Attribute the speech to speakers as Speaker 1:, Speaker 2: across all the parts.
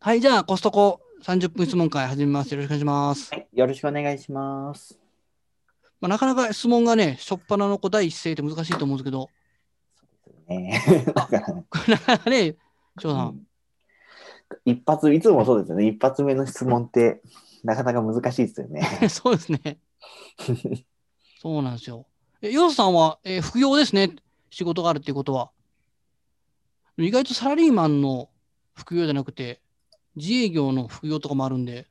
Speaker 1: はい、じゃあ、コストコ30分質問会始めます。よろしくお願いします。
Speaker 2: はい、よろしくお願いします。
Speaker 1: まあ、なかなか質問がね、初っ端の子第一声って難しいと思うんですけど、
Speaker 2: ね、だからね
Speaker 1: なかなかね、翔さん、
Speaker 2: 一発、いつもそうですよね。一発目の質問って、なかなか難しいです よね。
Speaker 1: そうですね。そうなんですよ。え、ヨウさんは、えー副業ですね。仕事があるっていうことは。意外とサラリーマンの副業じゃなくて、自営業の副業とかもあるんで。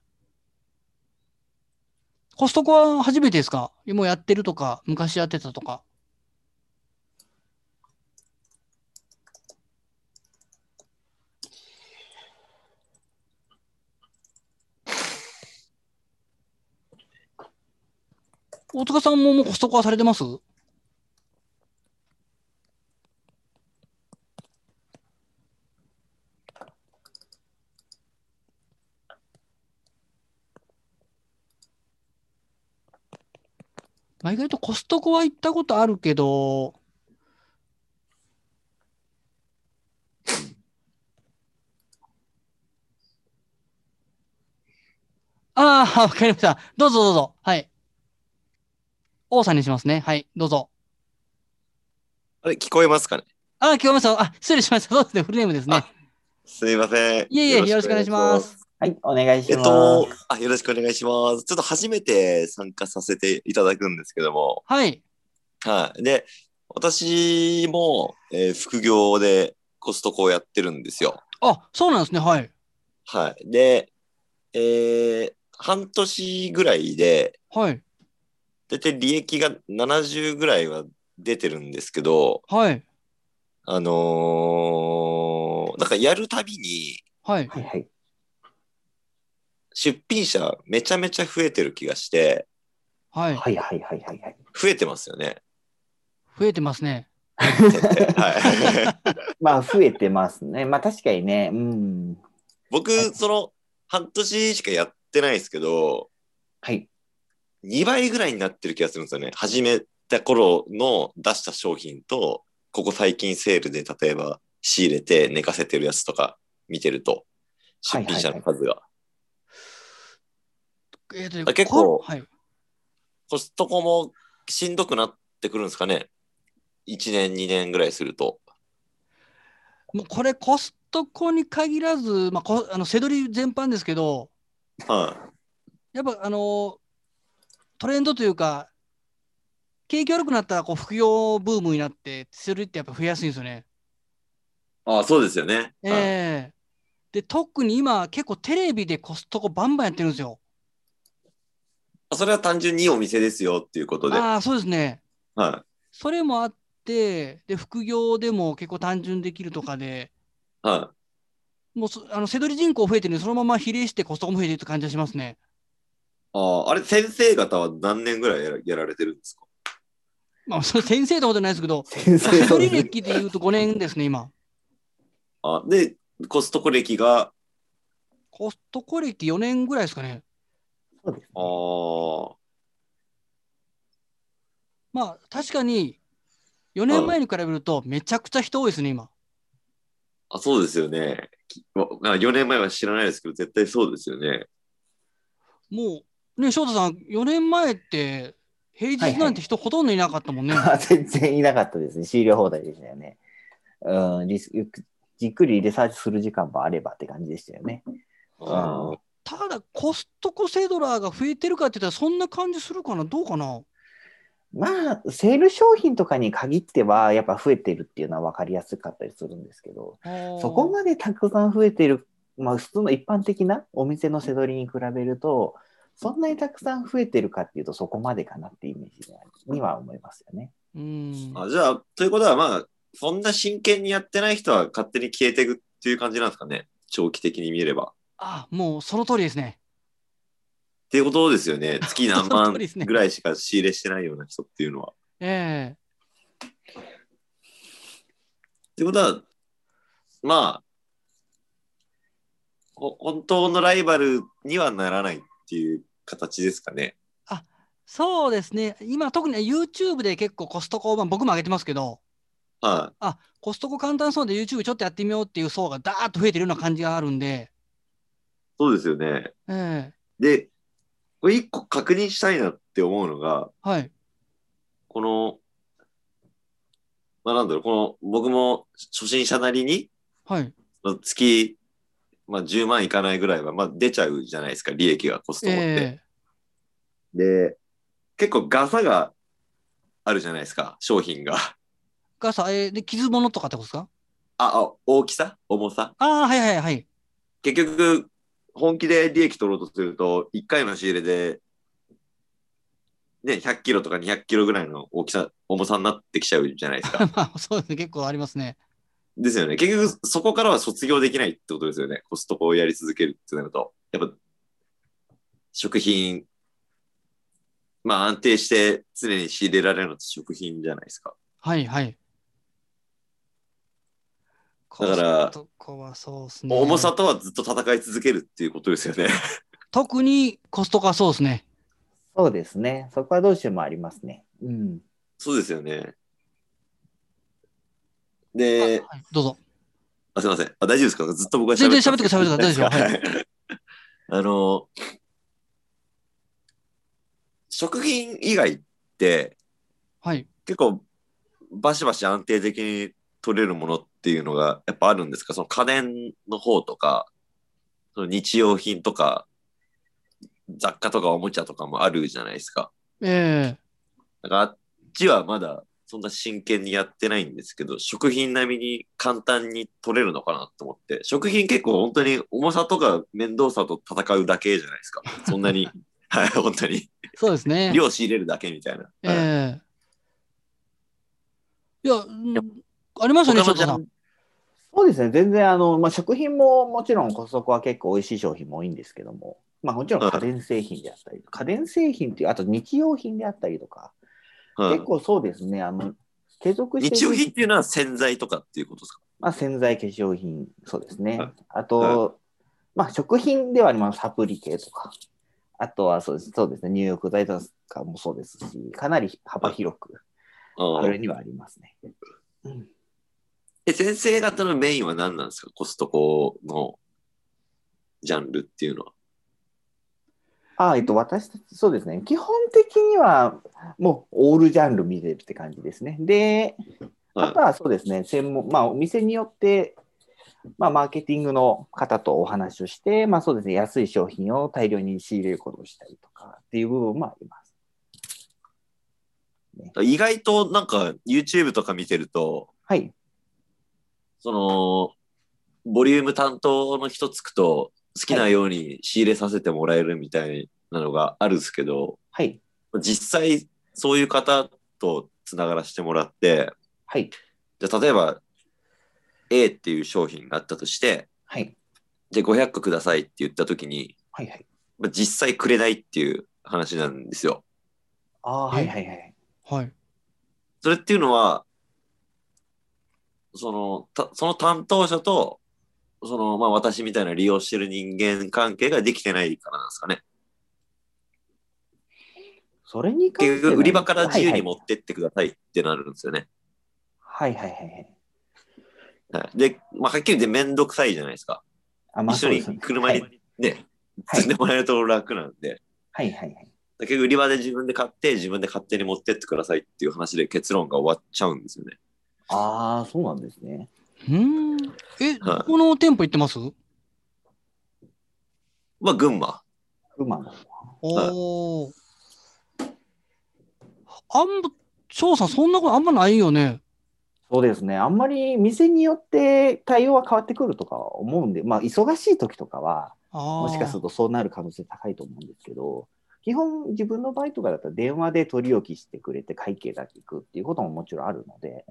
Speaker 1: コストコは初めてですかもうやってるとか、昔やってたとか。大塚さんももうコストコはされてますまあ、意外とコストコは行ったことあるけど、ああ、わかりました。どうぞどうぞ。はい。王さんにしますね。はい、どうぞ。
Speaker 3: あれ、聞こえますかね
Speaker 1: ああ、聞こえました。あ、失礼しました。そうですね。フルネームですね
Speaker 3: あ。すいません。
Speaker 1: いえいえ、よろしくお願いしま。す。
Speaker 2: はい、お願いし
Speaker 3: えっ
Speaker 2: ます。
Speaker 3: と、あ、よろしくお願いします。ちょっと初めて参加させていただくんですけども、
Speaker 1: はい。
Speaker 3: はい。で、私も、えー副業でコストコをやってるんですよ。
Speaker 1: あ、そうなんですね。はい。
Speaker 3: はい。で、えー半年ぐらいで、
Speaker 1: はい。
Speaker 3: だいたい利益が70ぐらいは出てるんですけど、
Speaker 1: はい。
Speaker 3: あのーなんかやるたびに
Speaker 1: はい。
Speaker 2: はいはい。
Speaker 3: 出品者めちゃめちゃ増えてる気がして、
Speaker 1: はい。
Speaker 2: はいはいはいはいはい。
Speaker 3: 増えてますよね。
Speaker 1: 増えてますね。
Speaker 3: はい、
Speaker 2: まあ、増えてますね。まあ、確かにね。うん。
Speaker 3: 僕、その半年しかやってないですけど
Speaker 2: はい。
Speaker 3: 2倍ぐらいになってる気がするんですよね始めた頃の出した商品とここ最近セールで例えば仕入れて寝かせてるやつとか見てると出品者の数が、
Speaker 1: えー
Speaker 3: あ結構
Speaker 1: こはい。
Speaker 3: コストコもしんどくなってくるんですかね1年2年ぐらいすると
Speaker 1: もうこれコストコに限らず、まあ、こあの背取り全般ですけど、
Speaker 3: はい
Speaker 1: やっぱあのトレンドというか、景気悪くなったらこう副業ブームになって、背取りってやっぱ増えやすいんですよね。
Speaker 3: ああそうですよね、
Speaker 1: え
Speaker 3: はい
Speaker 1: えで、特に今、結構テレビでコストコバンバンやってるんですよ。
Speaker 3: それは単純にいいお店ですよっていうことで、はい、
Speaker 1: ああ、そうですね。
Speaker 3: は
Speaker 1: それもあって、で副業でも結構単純できるとかで、
Speaker 3: い
Speaker 1: もうそあの背取り人口増えてるんで、そのまま比例してコストコも増えてるって感じがしますね。
Speaker 3: ああ、あれ、先生方は何年ぐらいやらやられてるんですか
Speaker 1: まあ、それ先生ってことないですけど、背
Speaker 2: 先そう
Speaker 1: 取り
Speaker 2: です
Speaker 1: 歴で いうと5年ですね、今。
Speaker 3: あで、コストコ歴が、
Speaker 1: コストコ歴4年ぐらいですかね。
Speaker 2: そうです
Speaker 3: あー
Speaker 1: まあ、確かに、4年前に比べると、めちゃくちゃ人多いですね、今。
Speaker 3: あ、そうですよね。きわあ4年前は知らないですけど、絶対そうですよね。
Speaker 1: もう、ね、翔太さん、4年前って、平日なんて人ほとんどいなかったもんね。
Speaker 2: あ全然いなかったですね。仕入れ放題でしたよね。うん、リスじっくりリサーチする時間もあればって感じでしたよね。うん
Speaker 1: ただ、コストコセドラーが増えてるかって言ったら、そんな感じするかな、どうかな。
Speaker 2: まあ、セール商品とかに限っては、やっぱ増えてるっていうのは分かりやすかったりするんですけど、そ
Speaker 1: そ
Speaker 2: こまでたくさん増えてる、まあ、普通の一般的なお店の背取りに比べると、そんなにたくさん増えてるかっていうと、そこまでかなってイメージには思いますよね。
Speaker 1: うん。
Speaker 3: あじゃあ、ということは、まあ、そんな真剣にやってない人は勝手に消えていくっていう感じなんですかね。長期的に見れば。っ
Speaker 1: あ、もうその通りですね。
Speaker 3: ていうことですよね。月何
Speaker 1: そ
Speaker 3: 万
Speaker 1: うですね
Speaker 3: ぐらいしか仕入れしてないような人っていうのは。っ
Speaker 1: ええ
Speaker 3: てことは、まあ、ほ本当のライバルにはならないっていう形ですかね。
Speaker 1: そうですね。今、特に YouTube で結構コストコ、まあ、僕も上げてますけど、
Speaker 3: は
Speaker 1: あ、コストコ簡単そうで YouTube ちょっとやってみようっていう層がダーッと増えてるような感じがあるんで、
Speaker 3: そうですよね。
Speaker 1: ええ
Speaker 3: で、これ一個確認したいなって思うのが、
Speaker 1: はい。
Speaker 3: この、まあなんだろう、この、僕も初心者なりに、
Speaker 1: はい。
Speaker 3: まあ月、まあ10万いかないぐらいは、まあ出ちゃうじゃないですか、利益がコストもって。
Speaker 1: え
Speaker 3: で、結構ガサがあるじゃないですか、商品が。
Speaker 1: がさ、えーで、傷物とかってことですか
Speaker 3: あ、あ大きさ重さ
Speaker 1: ああ、はいはいはい。
Speaker 3: 結局、本気で利益取ろうとすると、1回の仕入れで、ね、100キロとか200キロぐらいの大きさ、重さになってきちゃうじゃないですか。
Speaker 1: まあ、そうですね。結構ありますね。
Speaker 3: ですよね。結局、そこからは卒業できないってことですよね。コストコをやり続けるってなると。やっぱ、食品、まあ安定して常に仕入れられるのって食品じゃないですか。
Speaker 1: はいはい。
Speaker 3: だから
Speaker 1: コストコはそうですね。
Speaker 3: 重さとはずっと戦い続けるっていうことですよね。
Speaker 1: 特にコストコはそうですね。
Speaker 2: そうですね。そこはどうしてもありますね。うん。
Speaker 3: そうですよね。で、
Speaker 1: はい、どうぞ。
Speaker 3: あ、すいません。あ、大丈夫ですかずっと僕が
Speaker 1: 全然喋ってください喋ってください
Speaker 3: 大丈夫ですか あの、食品以外って
Speaker 1: はい。
Speaker 3: 結構バシバシ安定的に取れるものっていうのがやっぱあるんですかその家電の方とか、その日用品とか、雑貨とかおもちゃとかもあるじゃないですか。
Speaker 1: ええ
Speaker 3: なんかあっちはまだそんな真剣にやってないんですけど、食品並みに簡単に取れるのかなと思って、食品結構本当に重さとか面倒さと戦うだけじゃないですか。そんなに、はい、本当に。
Speaker 1: そうですね。
Speaker 3: 量仕入れるだけみたいな。
Speaker 1: え
Speaker 3: はい
Speaker 1: えいや、うん
Speaker 3: やっ
Speaker 1: ありますよね、翔
Speaker 3: 他のジ
Speaker 1: 太
Speaker 3: ャ
Speaker 1: さ
Speaker 3: ン
Speaker 1: ん
Speaker 3: ル。
Speaker 2: そうですね。全然、あの、まあ、食品ももちろんコストコは結構美味しい商品も多いんですけども、まあ、もちろん家電製品であったり、家電製品っていう、あと日用品であったりとか、
Speaker 3: はい
Speaker 2: 結構そうですね。あの、継続して。
Speaker 3: 日用品っていうのは洗剤とかっていうことですか
Speaker 2: まあ、洗剤、化粧品、そうです
Speaker 3: はい
Speaker 2: ね。あと、まあ、食品ではあります。サプリ系とか。あとはそうですそうですね、入浴剤とかもそうですし、かなり幅広く、
Speaker 3: あ
Speaker 2: そ
Speaker 3: あ
Speaker 2: れにはありますね。うん
Speaker 3: え先生方のメインは何なんですかコストコのジャンルっていうのは。
Speaker 2: あえっと、私たち、そうですね。基本的には、もう、オールジャンル見てるって感じですね。で、あと
Speaker 3: は
Speaker 2: はそうですね、専門、まあ、お店によって、まあ、マーケティングの方とお話をして、まあ、そうですね、安い商品を大量に仕入れることをしたりとかっていう部分もあります。
Speaker 3: い、意外となんか YouTube とか見てると、
Speaker 2: はい。
Speaker 3: その、ボリューム担当の人つくと、好きなように仕入れさせてもらえるみたいなのがあるんですけど、
Speaker 2: はい。
Speaker 3: 実際そういう方とつながらせてもらって、
Speaker 2: はい。
Speaker 3: じゃあ例えば A っていう商品があったとして、
Speaker 2: はい。
Speaker 3: じゃあ500個くださいって言った時に、
Speaker 2: はい。はい。
Speaker 3: まあ実際くれないっていう話なんですよ。
Speaker 2: ああ、はい。はい。はい。
Speaker 1: はい。
Speaker 3: それっていうのは、その、たその担当者と、その、まあ私みたいな利用してる人間関係ができてないからなんですかね。
Speaker 2: それに関
Speaker 3: 結
Speaker 2: しては
Speaker 3: 局、売り場から自由に持
Speaker 2: は
Speaker 3: ってってくださいってなるんですよね。
Speaker 2: い。はい。はい。はい。はい。
Speaker 3: はい、で、まあはっきり言ってめんどくさいじゃないですか。
Speaker 2: あ、まあ、
Speaker 3: 一
Speaker 2: そうです
Speaker 3: 緒に
Speaker 2: ね。
Speaker 3: 車に
Speaker 2: はい。
Speaker 3: ね、
Speaker 2: はい
Speaker 3: 積んでもらえると楽なんで。
Speaker 2: はい。はい。はい
Speaker 3: だけど売り場で自分で買って、自分で勝手に持ってってくださいっていう話で結論が終わっちゃうんですよね。
Speaker 2: ああ、そうなんですね。
Speaker 1: うーん。え、
Speaker 3: はい
Speaker 1: どこの店舗行ってます
Speaker 3: まあ、群馬。
Speaker 2: 馬の。
Speaker 1: おお。あんま、翔さん、そんなことあんまないよね。
Speaker 2: そうですね。あんまり店によって対応は変わってくるとかは思うんで、まあ、忙しい時とかは、
Speaker 1: ああ。
Speaker 2: もしかするとそうなる可能性高いと思うんですけど、基本自分の場合とかだったら電話で取り置きしてくれて会計だけ行くっていうことももちろんあるので、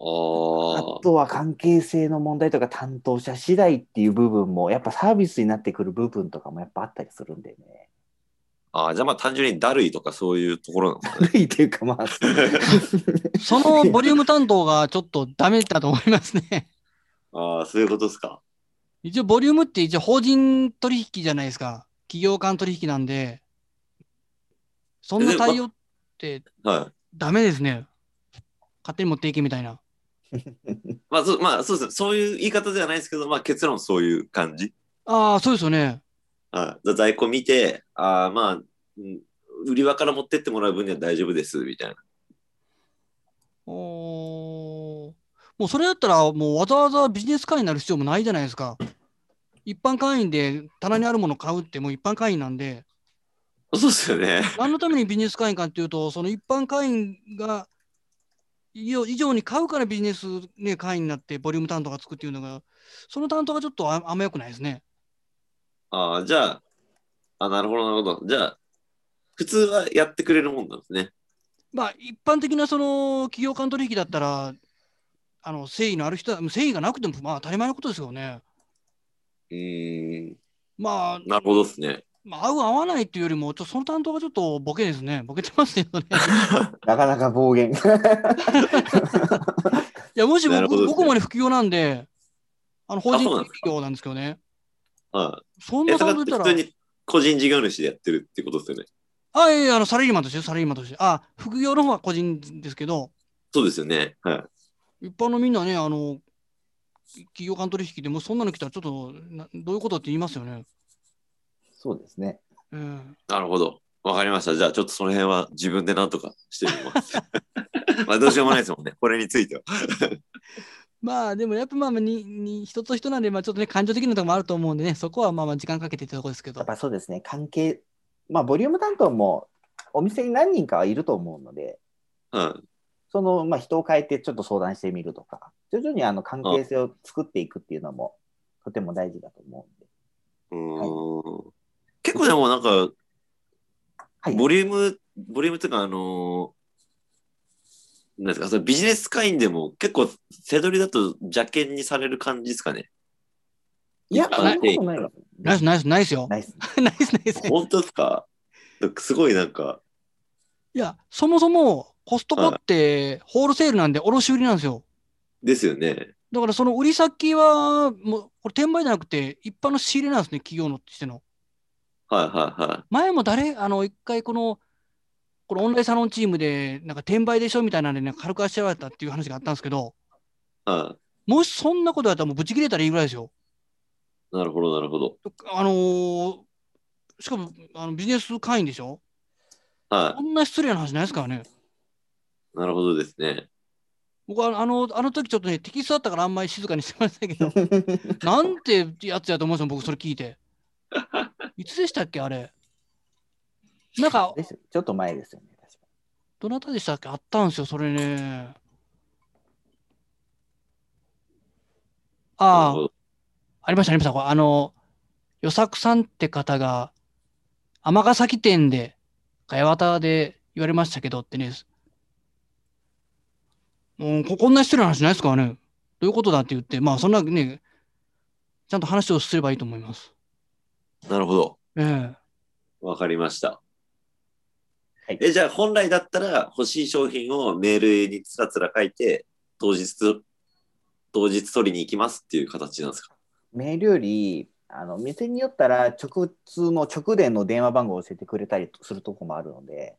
Speaker 2: あ
Speaker 3: ああ。
Speaker 2: とは関係性の問題とか担当者次第っていう部分も、やっぱサービスになってくる部分とかもやっぱあったりするんでね。
Speaker 3: ああ、じゃあまあ単純にだるいとかそういうところなんですかね。
Speaker 2: 悪いっていうかまあ、
Speaker 1: そのボリューム担当がちょっとダメだと思いますね。
Speaker 3: ああ、そういうことですか。
Speaker 1: 一応、ボリュームって一応法人取引じゃないですか。企業間取引なんで、そんな対応って
Speaker 3: は
Speaker 1: ダメですね。勝手に持っていけみたいな。
Speaker 3: い。まあ、そう、まあ、そうですね。そういう言い方ではないですけど、まあ結論そういう感じ。
Speaker 1: ああ、そうですよね。
Speaker 3: あだ在庫見て、ああまあ、うん売り場から持ってってもらう分には大丈夫です、みたいな。
Speaker 1: おーもうそれだったら、もうわざわざビジネス会員になる必要もないじゃないですか。一般会員で棚にあるもの買うってもう一般会員なんで、
Speaker 3: そうですよね。
Speaker 1: 何のためにビジネス会員かっていうと、その一般会員が以上以上に買うからビジネス、ね、会員になってボリューム担当がつくっていうのが、その担当がちょっとああんま良くないですね。
Speaker 3: ああ、じゃあ、あ、なるほど、なるほど。じゃあ、普通はやってくれるもんなんですね。
Speaker 1: まあ、一般的なその企業間取引だったら、あの誠意のある人は、誠意がなくてもまあ当たり前のことですよね。
Speaker 3: うーん、
Speaker 1: まあ、
Speaker 3: なるほどですね。
Speaker 1: まあ、合う合わないっていうよりも、ちょその担当がちょっとボケですね。ボケてますよ ね。
Speaker 2: なかなか暴言。
Speaker 1: いや、もし
Speaker 3: なるほ
Speaker 1: 僕,、
Speaker 3: どですね
Speaker 1: 僕もね、副業なんで、あの法人
Speaker 3: あそうなんです
Speaker 1: 企業なんですけどね。
Speaker 3: ああ
Speaker 1: そん
Speaker 3: え、
Speaker 1: な
Speaker 3: それ
Speaker 1: 担
Speaker 3: っ
Speaker 1: 当言
Speaker 3: て
Speaker 1: っ
Speaker 3: 普
Speaker 1: た
Speaker 3: 通
Speaker 1: ら、
Speaker 3: に個人事業主でやってるってことですよね。
Speaker 1: あ、いやいや、あのサラリーマンとして、サラリーマンとして。あ、副業の方は個人ですけど、
Speaker 3: そうですよね。はい。
Speaker 1: 一般のみんなね、あの、企業間取引でもうそんなの来たらちょっとなどういうことって言いますよね。
Speaker 2: そうですね。
Speaker 1: うん、
Speaker 3: なるほど。わかりました。じゃあ、ちょっとその辺は自分でなんとかしてみます。 まあ、どうしようもないですもんね。これについては。
Speaker 1: まあでもやっぱまあにに人と人なんでまあちょっとね感情的なとこもあると思うんでねそこはまあまあ時間かけてってとこですけ
Speaker 2: や
Speaker 1: ど
Speaker 2: っぱそうですね。関係、まあ、ボリューム担当もお店に何人かはいると思うので、
Speaker 3: うん。
Speaker 2: その、まあ、人を変えてちょっと相談してみるとか、徐々にあの関係性を作っていくっていうのも、とても大事だと思うんで。
Speaker 3: うーん結構でもなんか、
Speaker 2: はい。
Speaker 3: ボリューム、ボリュームっていうか、あのーなんですか、そのビジネス会員でも結構、手取りだと邪険にされる感じですかね。
Speaker 2: いや、そん
Speaker 1: な
Speaker 2: ないことないわ
Speaker 1: ナイスナイスナイスよ
Speaker 2: ナイス。
Speaker 1: ナイスナイス
Speaker 3: 本当ですかすごいなんか、
Speaker 1: いやそもそもコストコってホールセールなんで卸売りなんですよ
Speaker 3: ですよね。
Speaker 1: だからその売り先はもうこれ転売じゃなくて一般の仕入れなんですね企業のしての
Speaker 3: はいはいは
Speaker 1: 前も誰あの一回このこのオンラインサロンチームでなんか転売でしょみたいなんでね軽くあしらわれたっていう話があったんですけど
Speaker 3: い。は
Speaker 1: もしそんなことやったらもうブチ切れたらいいぐらいですよ
Speaker 3: い。なるほど、なるほど。
Speaker 1: あのーしかもあのビジネス会員でしょ
Speaker 3: は
Speaker 1: こんな失礼な話ないですからね。
Speaker 3: い。なるほどですね。
Speaker 1: 僕はあの、あの時ちょっとね、テキストだったからあんまり静かにしてましたけ ど、なんてやつやと思うんですよ、僕それ聞いて。いつでしたっけ、あれ。なんか、
Speaker 2: ですちょっと前ですよね。確か
Speaker 1: どなたでしたっけあったんですよ、それね。
Speaker 3: なる
Speaker 1: あ
Speaker 3: ほ
Speaker 1: あ、
Speaker 3: ど
Speaker 1: ありました、ありました。これあの、与作さんって方が、尼崎店で、かやわたで言われましたけどってね、もうこ、こんな失礼な話ないですからね。どういうことだって言って、まあ、そんなね、ちゃんと話をすればいいと思います。
Speaker 3: なるほど。
Speaker 1: ええ。
Speaker 3: わかりました。
Speaker 2: はい
Speaker 3: えじゃあ本来だったら欲しい商品をメールにつらつら書いて当日当日取りに行きますっていう形なんですか
Speaker 2: メールより、あの店によったら直通の直電の電話番号を教えてくれたりするとこもあるので、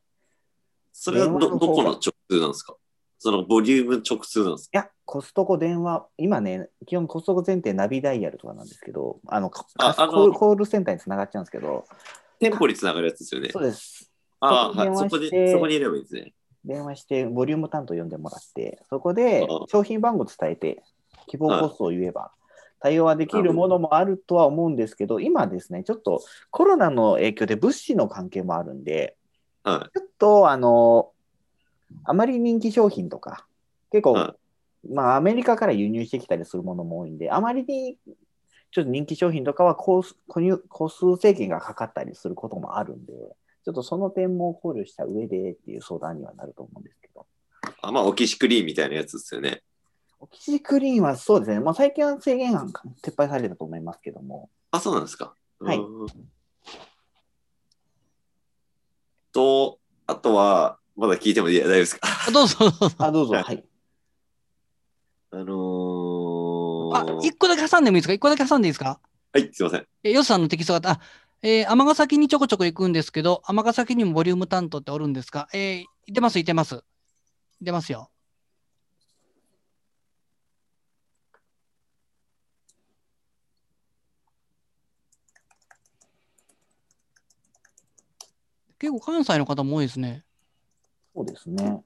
Speaker 3: それはど
Speaker 2: 電話の
Speaker 3: ど
Speaker 2: 方が
Speaker 3: この直通なんですかそのボリューム直通なんです
Speaker 2: いや、コストコ電話、今ね、基本コストコ前提ナビダイヤルとかなんですけど、あの、か
Speaker 3: ああの
Speaker 2: コールコールセンターにつながっちゃうんですけど、
Speaker 3: か店舗につながるやつですよね
Speaker 2: そうです。
Speaker 3: あ
Speaker 2: そ
Speaker 3: あ
Speaker 2: こに電
Speaker 3: はい
Speaker 2: 話
Speaker 3: そこで
Speaker 2: して
Speaker 3: そこにいればいいですね
Speaker 2: 電話して、ボリューム担当呼んでもらって、そこで
Speaker 3: あ
Speaker 2: 商品番号伝えて、希望コストを言えば、対応はできるものもあるとは思うんですけど、今ですね、ちょっとコロナの影響で物資の関係もあるんで、
Speaker 3: は
Speaker 2: ちょっとあの、あまり人気商品とか、結構、
Speaker 3: は
Speaker 2: まあアメリカから輸入してきたりするものも多いんで、あまりにちょっと人気商品とかは個数個入個数制限がかかったりすることもあるんで、ちょっとその点も考慮した上でっていう相談にはなると思うんですけど。
Speaker 3: いあまあオキシクリーンみたいなやつですよね
Speaker 2: オキシクリーンはそうですね、まあ、最近は制限が撤廃されたと思いますけど も、
Speaker 3: あそうなんですか
Speaker 2: はいう
Speaker 3: ーんとあとはまだ聞いてもいや大丈夫ですか
Speaker 1: あどうぞ、どうぞ。
Speaker 2: あ、どうぞ、
Speaker 3: はい
Speaker 2: はい。
Speaker 3: あの
Speaker 1: あ、
Speaker 3: ー、
Speaker 1: 一個だけ挟んでもいいですか一個だけ挟んでいいですか
Speaker 3: はいすいません
Speaker 1: え、よさんのテキストがあった、あ、えー、尼崎にちょこちょこ行くんですけど、尼崎にもボリューム担当っておるんですかえー、いてます、いてます。いてますよ。結構関西の方も多いですね。
Speaker 2: そうですね。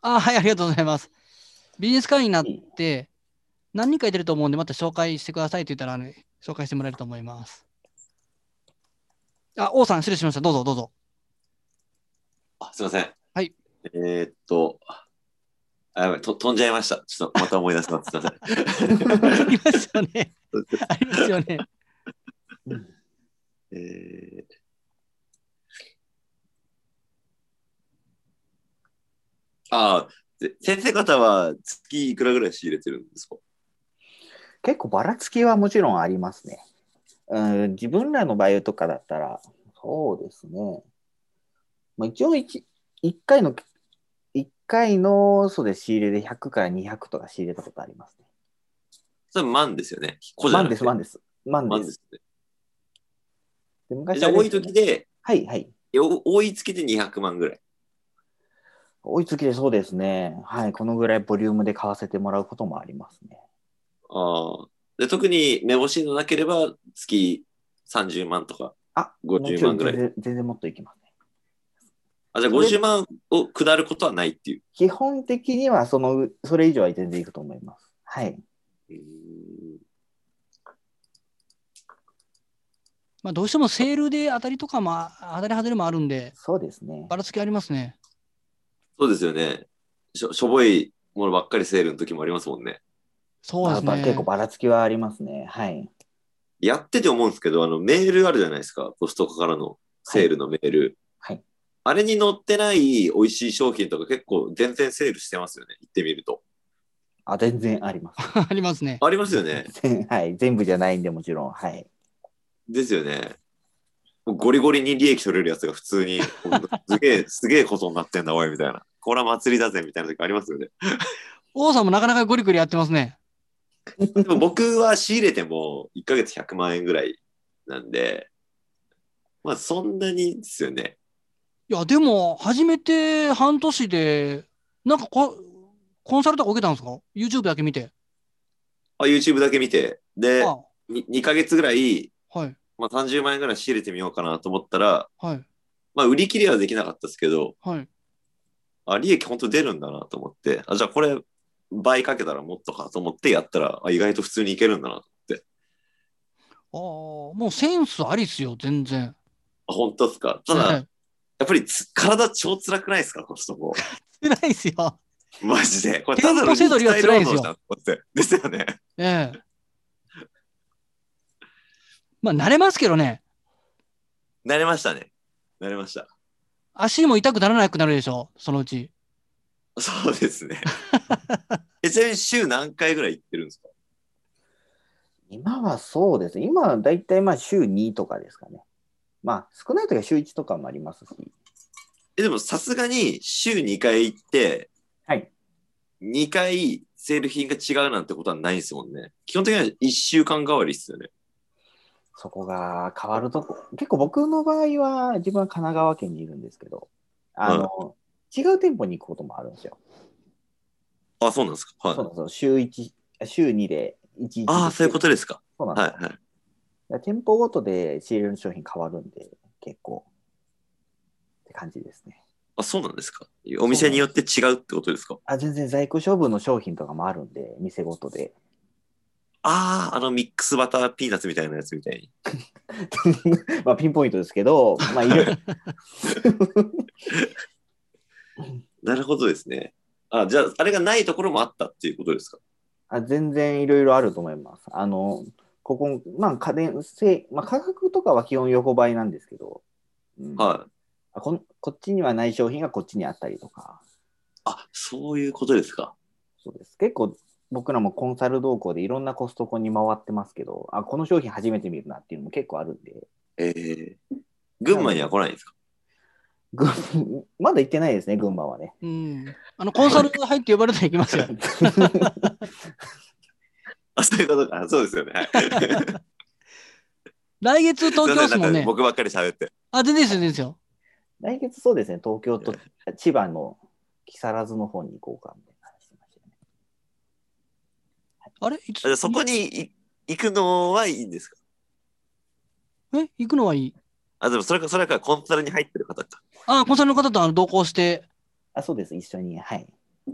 Speaker 1: あはい、ありがとうございます。ビジネス会員になって、何人かいてると思うんで、また紹介してくださいって言ったら、ね、紹介してもらえると思います。あ、王さん、失礼しました。どうぞ、どうぞ。
Speaker 3: あすいません。
Speaker 1: はい。
Speaker 3: えーっと、あ、やばいと飛んじゃいました。ちょっとまた思い出すな。すいません。
Speaker 1: ありますよね。 ありますよね。
Speaker 3: えーああ、で先生方は月いくらぐらい仕入れてるんですか
Speaker 2: 結構ばらつきはもちろんありますね。うん、自分らのバイオとかだったら、そうですね。まあ、一応一一回の、一回の、そうです、仕入れで100から200とか仕入れたことありますね。
Speaker 3: それ万ですよね。個じゃ
Speaker 2: 万
Speaker 3: なく
Speaker 2: です、
Speaker 3: て
Speaker 2: 万です。万
Speaker 3: 万
Speaker 2: で。
Speaker 3: ですすね。
Speaker 2: で昔
Speaker 3: じゃあ
Speaker 2: あれで
Speaker 3: 多い
Speaker 2: すよね
Speaker 3: 時で、
Speaker 2: はい、はい。
Speaker 3: お多い月で200万ぐらい。
Speaker 2: 追いつきでそうですね。はい、このぐらいボリュームで買わせてもらうこともありますね。
Speaker 3: ああ。で、特に目星のなければ月30万とか。
Speaker 2: あ、
Speaker 3: 50
Speaker 2: もちろん
Speaker 3: 万ぐらい
Speaker 2: 全然全然もっといきますね。
Speaker 3: あ、じゃあ50万を下ることはないっていう。
Speaker 2: 基本的にはその、それ以上は全然いくと思います。はい。
Speaker 3: うーん
Speaker 1: まあ、どうしてもセールで当たりとかも、当たり外れもあるんで、
Speaker 2: そうですね
Speaker 1: ば。らつきありますね。
Speaker 3: そうですよねしょ。しょぼいものばっかりセールの時もありますもんね。
Speaker 1: そうです
Speaker 2: まあ
Speaker 1: ね。
Speaker 2: 結構ばらつきはありますね。はい。
Speaker 3: やってて思うんですけど、あのメールあるじゃないですか。コストコからのセールのメール。
Speaker 2: はい
Speaker 3: あれに載ってない美味しい商品とか結構全然セールしてますよね。行ってみると。
Speaker 2: あ、全然あります。
Speaker 1: ありますね。
Speaker 3: ありますよね。
Speaker 2: 全はい。全部じゃないんで、もちろん。はい。
Speaker 3: ですよね。もうゴリゴリに利益取れるやつが普通に、ほんとすげえ、すげえことになってんだ、おい、みたいな。これは祭りだぜ、みたいな時ありますよね。
Speaker 1: 王さんもなかなかゴリゴリやってますね。
Speaker 3: でも僕は仕入れても1ヶ月100万円ぐらいなんで、まあそんなにですよね。
Speaker 1: いや、でも、初めて半年で、なんかこ、コンサルとか受けたんですか ?YouTube だけ見て。
Speaker 3: あ YouTube だけ見て、で、
Speaker 1: あ
Speaker 3: 2ヶ月ぐらい、
Speaker 1: はい、
Speaker 3: まあ、30万円ぐらい仕入れてみようかなと思ったら、
Speaker 1: はい、
Speaker 3: まあ売り切れはできなかったですけど、
Speaker 1: はい。
Speaker 3: あ、利益本当出るんだなと思って、あ、じゃあこれ倍かけたらもっとかと思ってやったら、あ意外と普通にいけるんだなと思って。
Speaker 1: ああ、もうセンスありっすよ、全然。
Speaker 3: あ、本当ですか。ただ、
Speaker 1: は
Speaker 3: や
Speaker 1: い
Speaker 3: っぱりつ体超辛くないですか、コストコ。
Speaker 1: 辛いっす よ。
Speaker 3: マジで。これ
Speaker 1: 店
Speaker 3: た
Speaker 1: 舗
Speaker 3: だの
Speaker 1: せどりは辛いですよ
Speaker 3: 肉体労働じゃんと思ってですよね。
Speaker 1: ええ。まあ、慣れますけどね。
Speaker 3: 慣れましたね。慣れました。
Speaker 1: 足も痛くならなくなるでしょ、そのうち。
Speaker 3: そうで すね。えちなみに週何回ぐらい行ってるんですか
Speaker 2: 今はそうです。今はだいたいまあ週2とかですかね。まあ少ない時は週1とかもありますし。
Speaker 3: えでもさすがに週2回行って、
Speaker 2: はい。
Speaker 3: 2回セール品が違うなんてことはないですもんね。基本的には1週間代わりですよね。
Speaker 2: そこが変わるとこ。結構僕の場合は、自分は神奈川県にいるんですけど、あの、違う店舗に行くこともあるんですよ。
Speaker 3: あ、そうなんですか。
Speaker 2: そう
Speaker 3: はい。
Speaker 2: そう、週1、週2で1、1
Speaker 3: ああ、そういうこと
Speaker 2: で
Speaker 3: ですか。
Speaker 2: す。そうなんです
Speaker 3: は
Speaker 2: よ。
Speaker 3: いはい。
Speaker 2: だから店舗ごとで仕入れの商品変わるんで、結構、って感じですね。
Speaker 3: あ、そうなんですか。お店によって違うってことですか。
Speaker 2: あ、全然在庫処分の商品とかもあるんで、店ごとで。
Speaker 3: ああ、あのミックスバターピーナッツみたいなやつみたいに。
Speaker 2: まあ、ピンポイントですけど、まあ、いろいろ
Speaker 3: なるほどですね。あ、じゃあ、あれがないところもあったっていうことですか。
Speaker 2: あ全然いろいろあると思います。あの、ここ、まあ、家電、せまあ、価格とかは基本横ばいなんですけど、うん
Speaker 3: はい。
Speaker 2: あこんこっちにはない商品がこっちにあったりとか、
Speaker 3: あ、そういうことですか。
Speaker 2: そうです。結構、僕らもコンサル動向でいろんなコストコに回ってますけど、あ、この商品初めて見るなっていうのも結構あるんで、
Speaker 3: ええ群馬には来ないんですか
Speaker 2: 群まだ行ってないですね、群 馬はね。
Speaker 1: うん。あの、コンサル入って呼ばれたら行きます よ。
Speaker 3: あ、そういうことか。あそうですよね。 はい。
Speaker 1: 来月東京ですもん
Speaker 3: なん
Speaker 1: ね
Speaker 3: か。僕ばっかり喋って。
Speaker 1: あ、全然ですよ、全然ですよ。
Speaker 2: 来月そうですね、東京と千葉の木更津の方に行こうかみたいな話してましたね。
Speaker 1: あれいつ
Speaker 3: あじゃあそこにい行くのはいいんですか
Speaker 1: え行くのはいい。
Speaker 3: あ、でもそれか、それかコンサルに入ってる方か。
Speaker 1: あ、コンサルの方とあの同行して、
Speaker 2: あ、そうです、一緒に。はい。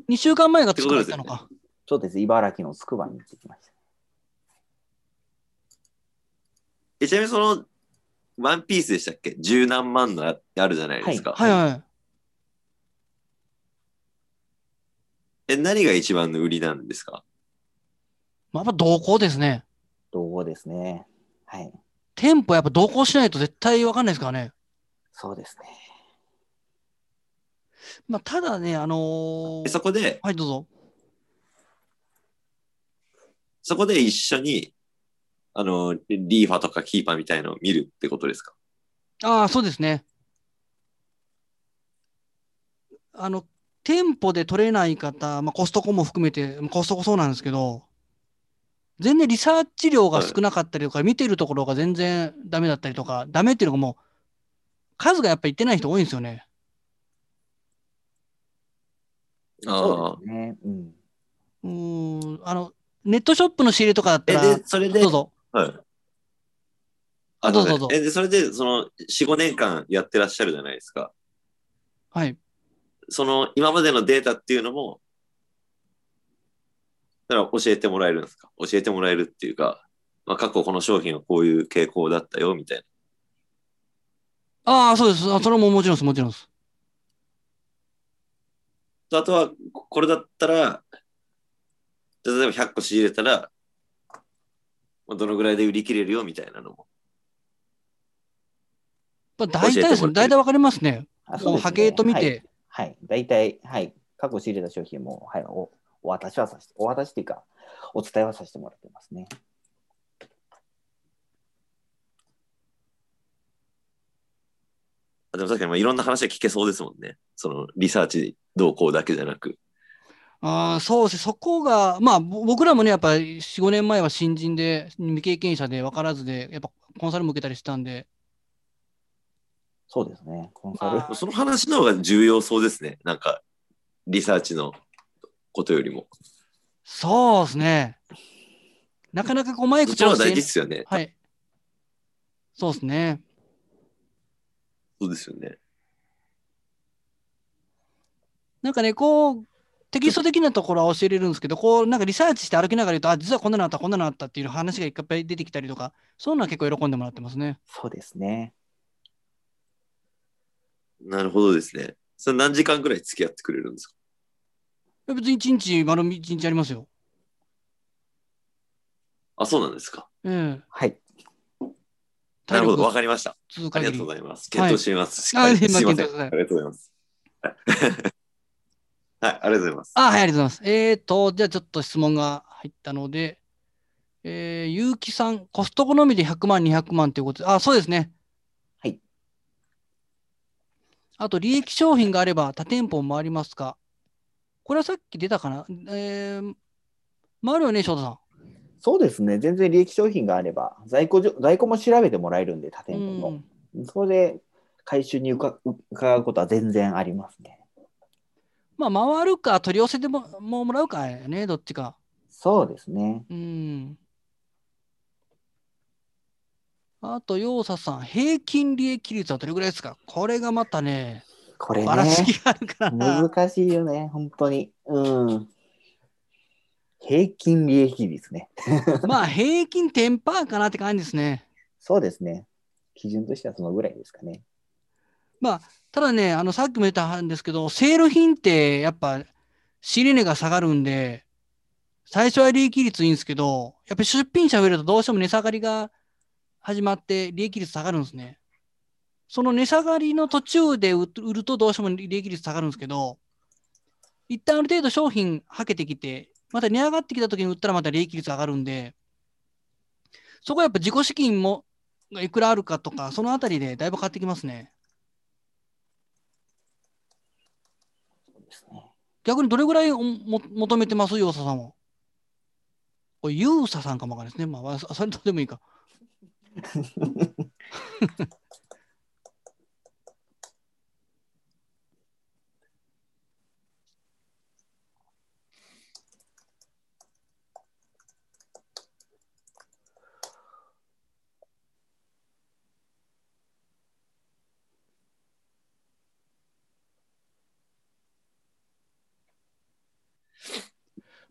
Speaker 1: 2週間前が作られたのか。
Speaker 2: そうです、茨城のつくばに行ってきました。
Speaker 3: え、ちなみにその、ワンピースでしたっけ十何万のああるじゃないですか。
Speaker 1: はいはい。
Speaker 3: え、何が一番の売りなんですか
Speaker 1: まあ、やっぱ同行ですね。
Speaker 2: 道後ですね。はい。
Speaker 1: 店舗やっぱ同行しないと絶対わかんないですからね。
Speaker 2: そうですね。
Speaker 1: まあ、ただね、あのー
Speaker 3: えそこで、
Speaker 1: はい、どうぞ。
Speaker 3: そこで一緒に、あの、リーファとかキーパーみたいのを見るってことですか
Speaker 1: ああ、そうですね。あの、店舗で取れない方、まあ、コストコも含めて、まあコストコそうなんですけど、全然リサーチ量が少なかったりとか、見てるところが全然ダメだったりとか、ダメっていうのがもう、数がやっぱりいってない人多いんですよね。
Speaker 3: ああ
Speaker 2: そ。うですね。うん。
Speaker 1: うーん、あの、ネットショップの仕入れとかだった
Speaker 3: え、
Speaker 1: ら、
Speaker 3: で、それで、
Speaker 1: どうぞ。
Speaker 3: はい。あ
Speaker 1: どうぞどうぞ
Speaker 3: え、で、それで、その、4、5年間やってらっしゃるじゃないですか。
Speaker 1: はい。
Speaker 3: その、今までのデータっていうのも、だから教えてもらえるんですか教えてもらえるっていうか、まあ、過去この商品はこういう傾向だったよ、みたいな。
Speaker 1: ああ、そうです。あそれももちろんです、もちろんです。
Speaker 3: とあとは、ここれだったら、例えば100個仕入れたら、まあどのぐらいで売り切れるよみたいなのも。
Speaker 1: まあ、大体で
Speaker 3: 教えて
Speaker 1: す
Speaker 3: もらっ
Speaker 1: ね。
Speaker 3: て
Speaker 1: 大体わかりますね。
Speaker 2: あ
Speaker 1: もう波形と見。
Speaker 2: そう
Speaker 1: て
Speaker 2: ですね。はい。はい大体、はい。過去仕入れた商品も、はい。おお渡しはさせて、お渡しっていうか、お伝えはさせてもらってますね。
Speaker 3: あでも確かにまあいろんな話が聞けそうですもんね。そのリサーチ動向だけじゃなく。
Speaker 1: ああ、そうですね。そこが、まあ、ぼ僕らもね、やっぱり4、5年前は新人で、未経験者で分からずで、やっぱコンサルも受けたりしてたんで、
Speaker 2: そうですね。コンサル
Speaker 1: あ。ー
Speaker 3: その話の方が重要そうですね。なんか、リサーチのことよりも。
Speaker 1: そうですね。なかなかこう、マイ
Speaker 3: そ
Speaker 1: ク
Speaker 3: っちの方
Speaker 1: 通
Speaker 3: が大
Speaker 1: し
Speaker 3: 事で
Speaker 1: て、
Speaker 3: すよね。
Speaker 1: はい。そうですね。
Speaker 3: そうですよね。
Speaker 1: なんかね、こう、テキスト的なところは教えれるんですけど、こう、なんかリサーチして歩きながら言うと、あ、実はこんなのあった、こんなのあったっていう話がいっぱい出てきたりとか、そういうのは結構喜んでもらってますね。
Speaker 2: そうですね。
Speaker 3: なるほどですね。それ何時間ぐらい付き合ってくれるんですか
Speaker 1: いや別に1日、丸1日ありますよ。
Speaker 3: あ、そうなんですか。
Speaker 1: ええ。
Speaker 2: はい。
Speaker 3: なるほど。
Speaker 1: 体力
Speaker 3: わかりました。
Speaker 1: 続く
Speaker 3: あり
Speaker 1: 限
Speaker 3: が
Speaker 1: り
Speaker 3: とうございます。検討してみます。
Speaker 1: はい
Speaker 3: しっかり
Speaker 1: あ
Speaker 3: すいませ
Speaker 1: 検
Speaker 3: ん。
Speaker 1: 討
Speaker 3: ありがとうございます。 はい、はいありがとうございます。
Speaker 1: あ、はい、ありがとうございます。えーと、じゃあちょっと質問が入ったので、えー、ゆうきさん、コストコのみで100万、200万ということで、あ、そうですね。
Speaker 2: はい。
Speaker 1: あと、利益商品があれば、他店舗も回りますかこれはさっき出たかなえー、回るよね、翔太さん。
Speaker 2: そうですね。全然利益商品があれば、在庫じょ在庫も調べてもらえるんで、他店舗
Speaker 1: う
Speaker 2: の
Speaker 1: ん。
Speaker 2: それで、回収にうかう伺うことは全然ありますね。
Speaker 1: まあ、回るか、取り寄せてももうもらうかやね、どっちか。
Speaker 2: そうですね。
Speaker 1: うん。あと、ヨウサさん、平均利益率はどれぐらいですかこれがまたね、
Speaker 2: これ
Speaker 1: ばらつ
Speaker 2: ね、
Speaker 1: きがあるからな。
Speaker 2: 難しいよね、本当に。うん。平均利益率ね。
Speaker 1: まあ、平均10%パーかなって感じですね。
Speaker 2: そうですね。基準としてはそのぐらいですかね。
Speaker 1: ただね、あの、さっきも言ったんですけど、セール品って、やっぱ、仕入れ値が下がるんで、最初は利益率いいんですけど、やっぱり出品者増えるとどうしても値下がりが始まって、利益率下がるんですね。その値下がりの途中で売売るとどうしても利益率下がるんですけど、一旦ある程度商品はけてきて、また値上がってきた時に売ったらまた利益率上がるんで、そこはやっぱ自己資金もがいくらあるかとか、そのあたりでだいぶ変わってきますね。
Speaker 2: そうですね
Speaker 1: 逆にどれぐらいおも求めてますユーサさんは。これユーサさんかもわかんないですね。まあわ、それとでもいいか。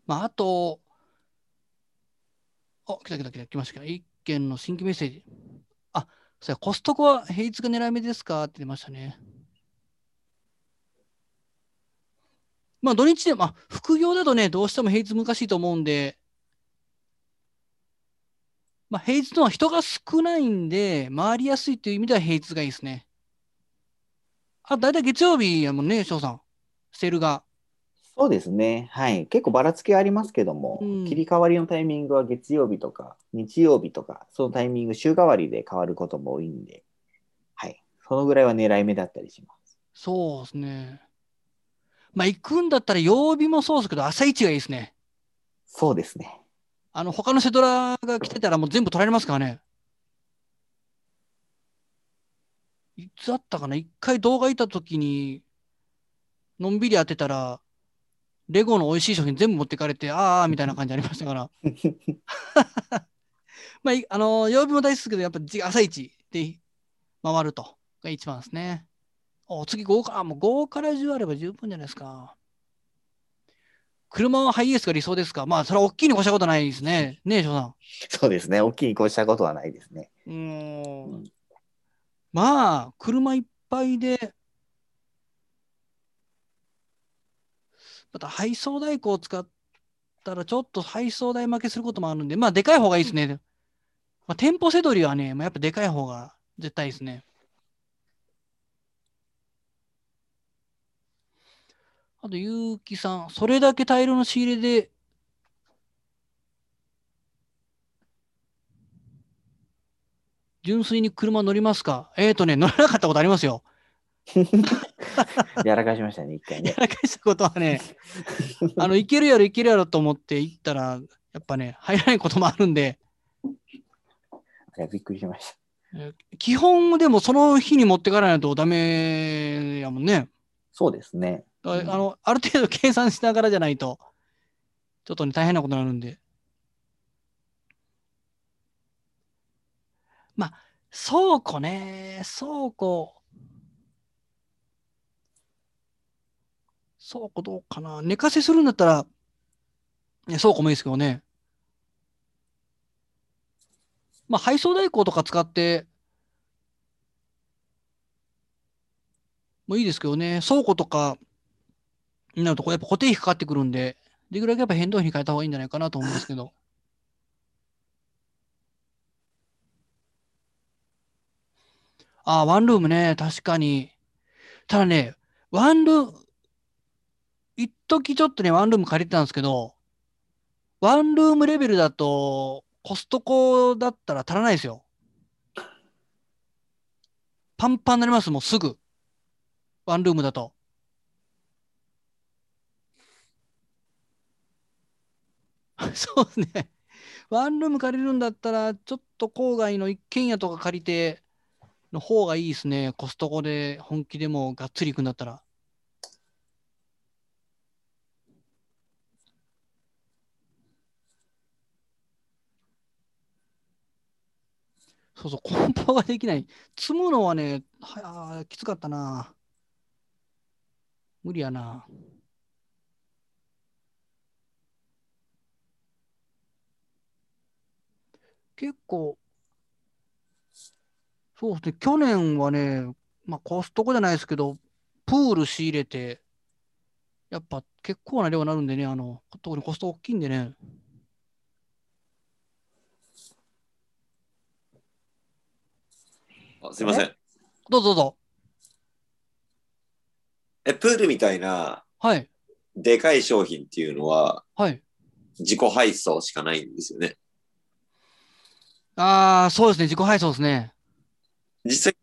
Speaker 1: まあ、あと、あ、来た来た来た来ましたけど、一件の新規メッセージ。あ、そうやコストコは平日が狙い目ですかって出ましたね。まあ、土日でも、あ、副業だとね、どうしても平日難しいと思うんで、まあ、平日のは人が少ないんで、回りやすいという意味では平日がいいですね。あ、だいたい月曜日やもんね、翔さん。セールが。
Speaker 2: そうですね。はい。結構ばらつきはありますけども、
Speaker 1: うん
Speaker 2: 切り替わりのタイミングは月曜日とか日曜日とか、そのタイミング週替わりで変わることも多いんで、はい。そのぐらいは狙い目だったりします。
Speaker 1: そうですね。まあ、行くんだったら曜日もそうですけど、朝一がいいですね。
Speaker 2: そうですね。
Speaker 1: あの、他のセドラが来てたらもう全部取られますからね。いつあったかな一回動画いたときに、のんびり当てたら、レゴの美味しい商品全部持ってかれて、あーみたいな感じありましたから。 まあ、いあのー曜日も大好きですけど、やっぱじ朝一で回るとが一番ですね。お次5か、あもう5から10あれば十分じゃないですか。車はハイエースが理想ですかまあ、それは大きいに越したことないですね。ねえ、翔さん。
Speaker 2: そうですね。大きいに越したことはないですね。
Speaker 1: う
Speaker 2: う
Speaker 1: ーん
Speaker 2: ん
Speaker 1: まあ、車いっぱいで、また配送代行を使ったら、ちょっと配送代負けすることもあるんで、まあ、でかい方がいいですね。まあ、店舗せどりはね、まあ、やっぱでかい方が絶対いいですね。あと、ゆうきさん、それだけ大量の仕入れで純粋に車乗りますかえーとね、乗らなかったことありますよ。
Speaker 2: やらかしましたね、一回ね。
Speaker 1: やらかしたことはね、 あの、いけるやろ、いけるやろと思って行ったら、やっぱね、入らないこともあるんで、
Speaker 2: いやびっくりしました。
Speaker 1: 基本でもその日に持ってかないとダメやもんね。
Speaker 2: そうですね。
Speaker 1: だ
Speaker 2: うん
Speaker 1: あの、ある程度計算しながらじゃないと、ちょっとね、大変なことになるんで。まあ、倉庫ね、倉庫。倉庫どうかな。寝かせするんだったら、ね、倉庫もいいですけどね。まあ、配送代行とか使って、もういいですけどね、倉庫とかになると、これやっぱ固定費かかってくるんで、できるだけやっぱ変動費に変えた方がいいんじゃないかなと思うんですけど。ああ、ワンルームね、確かに。ただね、ワンルーム、一時ちょっとね、ワンルーム借りてたんですけど、ワンルームレベルだと、コストコだったら足らないですよ。パンパンになります、もうすぐ。ワンルームだと。 そうですね。ワンルーム借りるんだったら、ちょっと郊外の一軒家とか借りての方がいいですね。コストコで本気でもうがっつり行くんだったら。そうそう、梱包ができない。積むのはね、はあーきつかったな。無理やな。結構、そうですね、去年はね、まあ、コストコじゃないですけど、プール仕入れて、やっぱ結構な量になるんでね、あの、特にコスト大きいんでね。
Speaker 3: あすいません。
Speaker 1: どうぞどうぞ。
Speaker 3: え、プールみたいな、
Speaker 1: はい、
Speaker 3: でかい商品っていうのは、
Speaker 1: はい。
Speaker 3: 自己配送しかないんですよね。
Speaker 1: ああ、そうですね、自己配送ですね。
Speaker 3: 実際、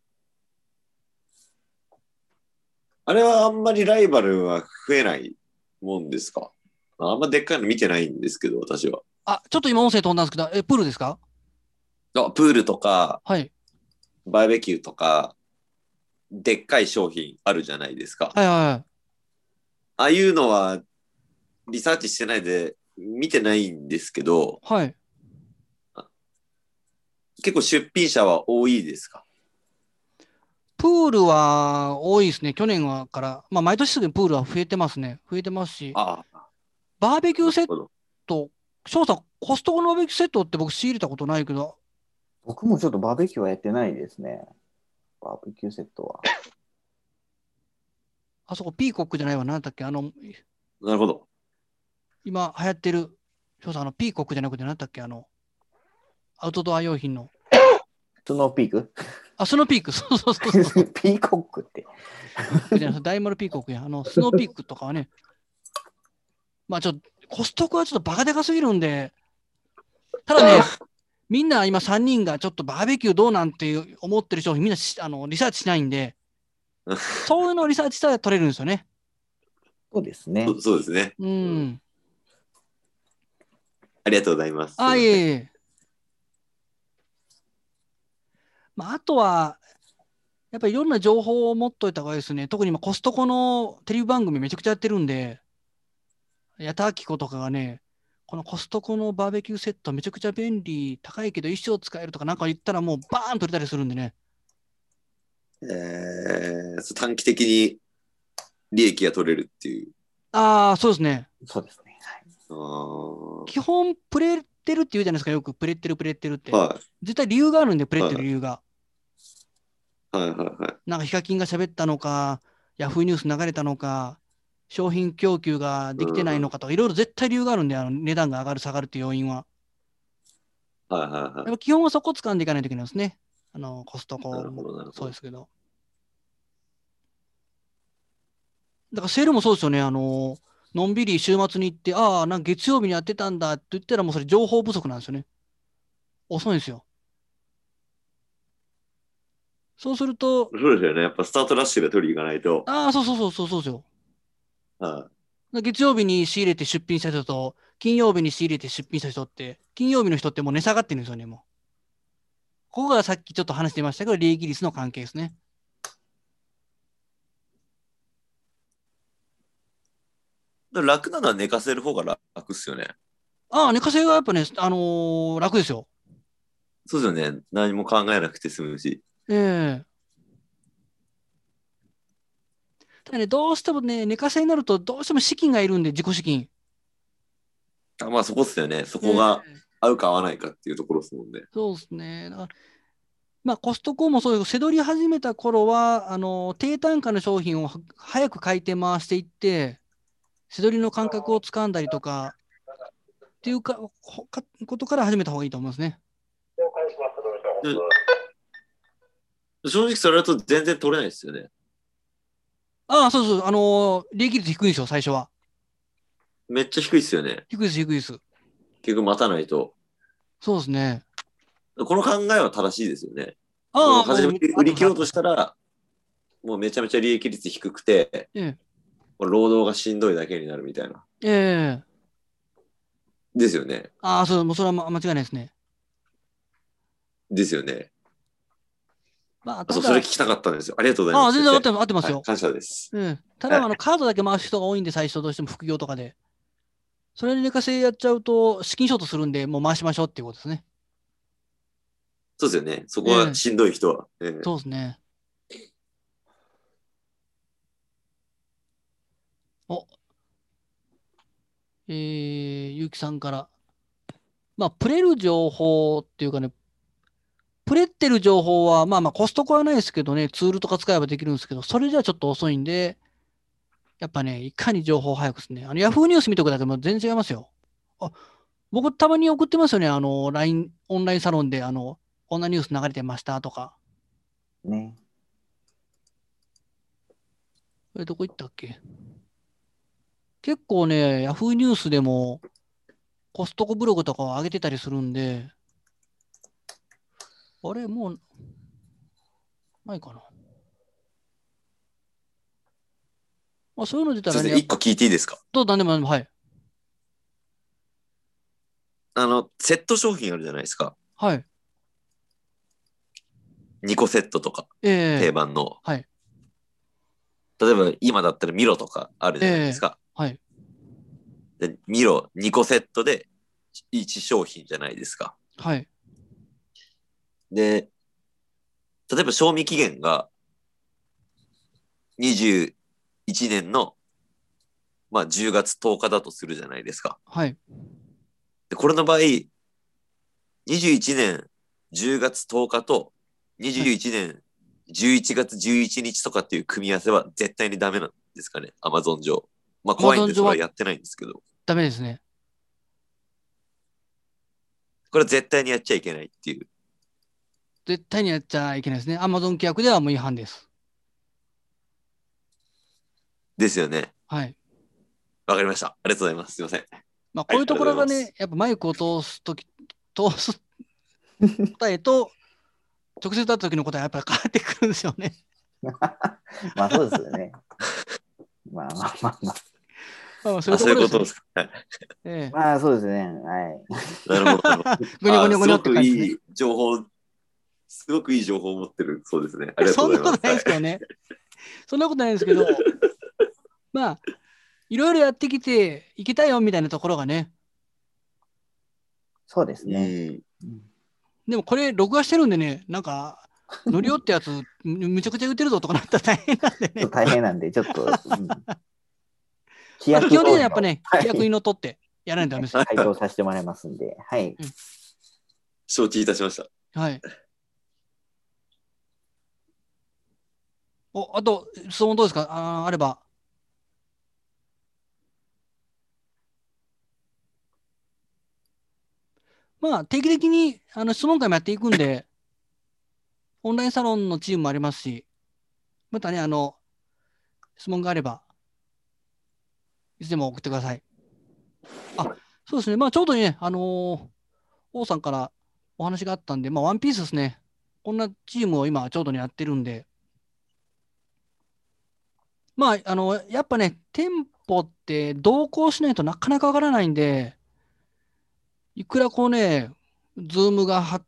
Speaker 3: あれはあんまりライバルは増えないもんですかあんまでっかいの見てないんですけど、私は。
Speaker 1: あ、ちょっと今音声飛んだんですけど、え、プールですか
Speaker 3: あプールとか、
Speaker 1: はい、
Speaker 3: バーベキューとか、でっかい商品あるじゃないですか。
Speaker 1: はい、はいはい。
Speaker 3: ああいうのは、リサーチしてないで、見てないんですけど、
Speaker 1: はい。
Speaker 3: 結構出品者は多いですか
Speaker 1: プールは多いですね。去年はから、まあ、毎年すぐにプールは増えてますね。増えてますし、
Speaker 3: ああ、
Speaker 1: バーベキューセッ
Speaker 3: なるほ
Speaker 1: ト、翔さん、コストコのバーベキューセットって僕仕入れたことないけど、
Speaker 2: 僕もちょっとバーベキューはやってないですね。バーベキューセットは。
Speaker 1: あそこピーコックじゃないわ、なんだっけ、あの、
Speaker 3: どなるほど。
Speaker 1: 今流行ってる、翔さん、あの、ピーコックじゃなくて、なんだっけ、あの、アウトドア用品の、
Speaker 2: スノーピー ク
Speaker 1: あ、スノーピーク、 そうそうそう
Speaker 2: ピ
Speaker 1: そう。
Speaker 2: ーコックって。
Speaker 1: じゃない大丸ピーコックやん。あの、スノーピークとかはね。まあちょっと、コストコはちょっとバカでかすぎるんで、ただね、みんな今3人がちょっとバーベキューどうなんて思ってる商品、みんなしあのリサーチしないんで、そういうのをリサーチしたら取れるんですよね。
Speaker 2: そうですね
Speaker 3: そ。うそうですね。
Speaker 1: うん。
Speaker 3: ありがとうございます。
Speaker 1: あ、いえいえ。まあ、あとは、やっぱりいろんな情報を持っといた方がいいですね。特に今、コストコのテレビ番組めちゃくちゃやってるんで、矢田亜希子とかがね、このコストコのバーベキューセットめちゃくちゃ便利、高いけど一生使えるとかなんか言ったらもうバーンと売れたりするんでね。
Speaker 3: えーそう短期的に利益が取れるっていう。
Speaker 1: ああ、そうですね。
Speaker 2: そうですね。はい
Speaker 3: あー
Speaker 1: 基本、プレってるって言うじゃないですか、よくプレってるプレってるって。
Speaker 3: は
Speaker 1: 絶対理由があるんで、プレってる理由が。
Speaker 3: いはいはいはい。
Speaker 1: なんかヒカキンが喋ったのか、ヤフーニュース流れたのか、商品供給ができてないのかとか、いろいろ絶対理由があるんで、あの値段が上がる、下がるっていう要因は。
Speaker 3: はいはい
Speaker 1: やっ
Speaker 3: はい。
Speaker 1: ぱ基本はそこ掴んでいかないといけないですね。あのコストコ
Speaker 3: なるほどなる
Speaker 1: も
Speaker 3: ほど
Speaker 1: そうですけど。だからセールもそうですよね。あの、のんびり週末に行って、ああ、なんか月曜日にやってたんだって言ったら、もうそれ情報不足なんですよね。遅いんですよ。そうすると、
Speaker 3: そうですよね。やっぱスタートラッシュで取りに行かないと。
Speaker 1: ああ、そうそうそうそうそうですよ。
Speaker 3: は
Speaker 1: 月曜日に仕入れて出品した人と、金曜日に仕入れて出品した人って、金曜日の人ってもう値下がってるんですよね、もう。ここがさっきちょっと話してましたけど、利益率の関係ですね。
Speaker 3: い楽なのは寝かせる方が楽っすよね。
Speaker 1: ああ、寝かせがやっぱね、あのー楽ですよ。
Speaker 3: そうですよね。何も考えなくて済むし。
Speaker 1: ええただね、どうしてもね、寝かせになると、どうしても資金がいるんで、自己資金。
Speaker 3: あまあそこっすよね。そこが
Speaker 1: ええ
Speaker 3: 合うか合わないかっていうところですもんね。
Speaker 1: そうですね。だからまあ、コストコもそうですけど、せどり始めた頃は、あの、低単価の商品をは早く回転回していって、せどりの感覚をつかんだりとか、っていうか、ほかことから始めた方がいいと思いますね。
Speaker 3: 正直それだと全然取れないですよね。
Speaker 1: ああ、そうそう、あの利益率低いんですよ、最初は。
Speaker 3: めっちゃ低いっすよね。
Speaker 1: 低いです、低いです。
Speaker 3: 結局待たないと。
Speaker 1: そうですね。
Speaker 3: この考えは正しいですよね。
Speaker 1: ああ、。
Speaker 3: 初めて売り切ろうとしたたら、もうめちゃめちゃ利益率低くて、
Speaker 1: ええ
Speaker 3: もう労働がしんどいだけになるみたいな。
Speaker 1: ええ
Speaker 3: ですよね。
Speaker 1: ああ、そう、もうそれはま間違いないですね。
Speaker 3: ですよね。
Speaker 1: まあ、
Speaker 3: あ
Speaker 1: た
Speaker 3: そう、
Speaker 1: だ、
Speaker 3: それ聞きたかったんですよ。ありがとうござい
Speaker 1: あ
Speaker 3: ま
Speaker 1: あ、
Speaker 3: す。
Speaker 1: 全然合ってます合ってます
Speaker 3: は
Speaker 1: よ
Speaker 3: い。感謝です。
Speaker 1: うん、ただ、
Speaker 3: はい
Speaker 1: あのカードだけ回す人が多いんで、最初どうしても副業とかで。それで寝かせやっちゃうと、資金ショートするんで、もう回しましょうっていうことですね。
Speaker 3: そうですよね。そこはしんどい人は。ええ
Speaker 1: そうですね。おえー、ゆうきさんから。まあ、プレる情報っていうかね、プレってる情報は、まあまあ、コストコはないですけどね、ツールとか使えばできるんですけど、それじゃちょっと遅いんで、やっぱね、いかに情報を早くですね。あの、Yahoo ニュース見とくだけでも全然違いますよ。あ、僕たまに送ってますよね、あの、LINE、オンラインサロンで、あの、こんなニュース流れてましたとか。
Speaker 2: ね。
Speaker 1: え、どこ行ったっけ結構ね、ヤフーニュースでも、コストコブログとかを上げてたりするんで、あれ、もう、ないかな。まあ、そういうの出た
Speaker 3: そ
Speaker 1: ら
Speaker 3: うで
Speaker 1: ね、
Speaker 3: すね。一個聞いていいですか
Speaker 1: どうなんでもなんでも、はい。
Speaker 3: あの、セット商品あるじゃないですか。
Speaker 1: はい。
Speaker 3: 2個セットとか、
Speaker 1: え
Speaker 3: 定
Speaker 1: え
Speaker 3: 番の。
Speaker 1: はい。
Speaker 3: 例えば、今だったらミロとかあるじゃないですか。
Speaker 1: はい。
Speaker 3: でミロ2個セットで1商品じゃないですか。
Speaker 1: はい。
Speaker 3: で、例えば賞味期限が21年のまあ10月10日だとするじゃないですか。
Speaker 1: はい。
Speaker 3: で、これの場合、21年10月10日と21年11月11日とかっていう組み合わせは絶対にダメなんですかね、アマゾン上。まあ怖いんで
Speaker 1: Amazon
Speaker 3: そ
Speaker 1: 上
Speaker 3: れ
Speaker 1: は
Speaker 3: はやってないんですけど、
Speaker 1: ダメですね。
Speaker 3: これは絶対にやっちゃいけないっていう。
Speaker 1: 絶対にやっちゃいけないですね。アマゾン規約ではもう違反です。
Speaker 3: ですよね。
Speaker 1: はい。
Speaker 3: わかりました。ありがとうございます。すいません。
Speaker 1: まあ、こういうところがね、
Speaker 3: ありが
Speaker 1: やっぱマイクを通すとき、 通す答えと、直接会った時の答えはやっぱり変わってくるんですよね。
Speaker 2: まあそうですよね。まあまあまあまあ。
Speaker 1: まあまあ、そ
Speaker 3: あ、そういうこと
Speaker 1: ね
Speaker 3: ですか。はい
Speaker 1: ええ
Speaker 2: まあそうですね。はい。
Speaker 3: なるほど。
Speaker 1: ごにょごにょごにょって感じ
Speaker 3: あ
Speaker 1: です
Speaker 3: ごくい
Speaker 1: ね。
Speaker 3: い情報、すごくいい情報を持ってるそうですね。ありがと
Speaker 1: そん
Speaker 3: うご
Speaker 1: なこと
Speaker 3: ざいます。
Speaker 1: ないですけどね。そんなことないですけ ど、まあ、いろいろやってきて、いけたよみたいなところがね、
Speaker 2: そうです
Speaker 3: はい
Speaker 2: ね。
Speaker 3: うん
Speaker 2: うん
Speaker 1: でもこれ、録画してるんでね、なんか、乗りよってやつ、むむちゃくちゃ打てるぞとかなったら大変なんで
Speaker 2: ちょ
Speaker 1: ね。
Speaker 2: っと大変なんで、ちょっと。うん、
Speaker 1: 基
Speaker 2: 規
Speaker 1: 本
Speaker 2: 約
Speaker 1: 的に
Speaker 2: を
Speaker 1: はやっ ぱね、
Speaker 2: はい
Speaker 1: 規約にのっとってやらないとダメですよ
Speaker 2: 回答させてもらいますんで、はい。
Speaker 3: 承知いたしました。
Speaker 1: はい。お、あと、質問どうですかあーあれば。まあ、定期的にあの質問会もやっていくんで、オンラインサロンのチームもありますし、またね、あの、質問があれば、いつでも送ってください。あ、そうですね。まあ、ちょうどね、あのー王さんからお話があったんで、まあ、ワンピースですね。こんなチームを今、ちょうどねやってるんで。まあ、あの、やっぱね、テンポって同行しないとなかなかわからないんで、いくらこうね、ズームが発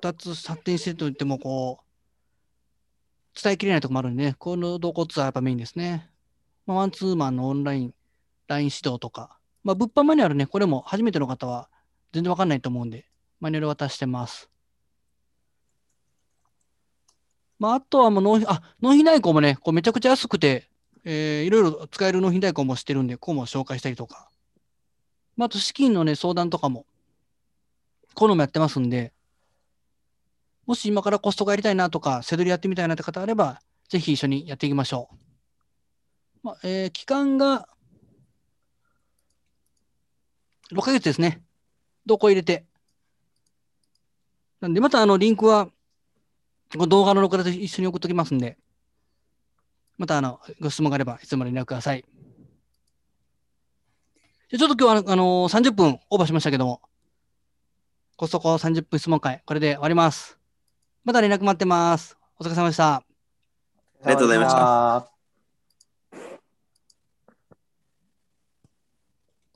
Speaker 1: 達、発展してると言っても、こう、伝えきれないとこもあるんでね、この同行ツアーやっぱメインですね。まあ、ワンツーマンのオンライン、ライン指導とか、まあ、物販マニュアルね、これも初めての方は全然わかんないと思うんで、マニュアル渡してます。まあ、あとはもう納品、あ、納品代行もね、こうめちゃくちゃ安くて、えーいろいろ使える納品代行もしてるんで、こうも紹介したりとか。まあ、あと資金のね、相談とかも、こういうのもやってますんで、もし今からコストコやりたいなとか、セドリやってみたいなって方あれば、ぜひ一緒にやっていきましょう。まあ、えー期間が、6ヶ月ですね。どこ入れて。なんで、またあの、リンクは、この動画の録画と一緒に送っときますんで、またあの、ご質問があれば、いつでも連絡ください。じゃあちょっと今日はあの、あのー30分オーバーしましたけども、コストコ30分質問会、これで終わります。また連絡待ってます。お疲れ様でした。
Speaker 2: あ。
Speaker 3: りがとうございました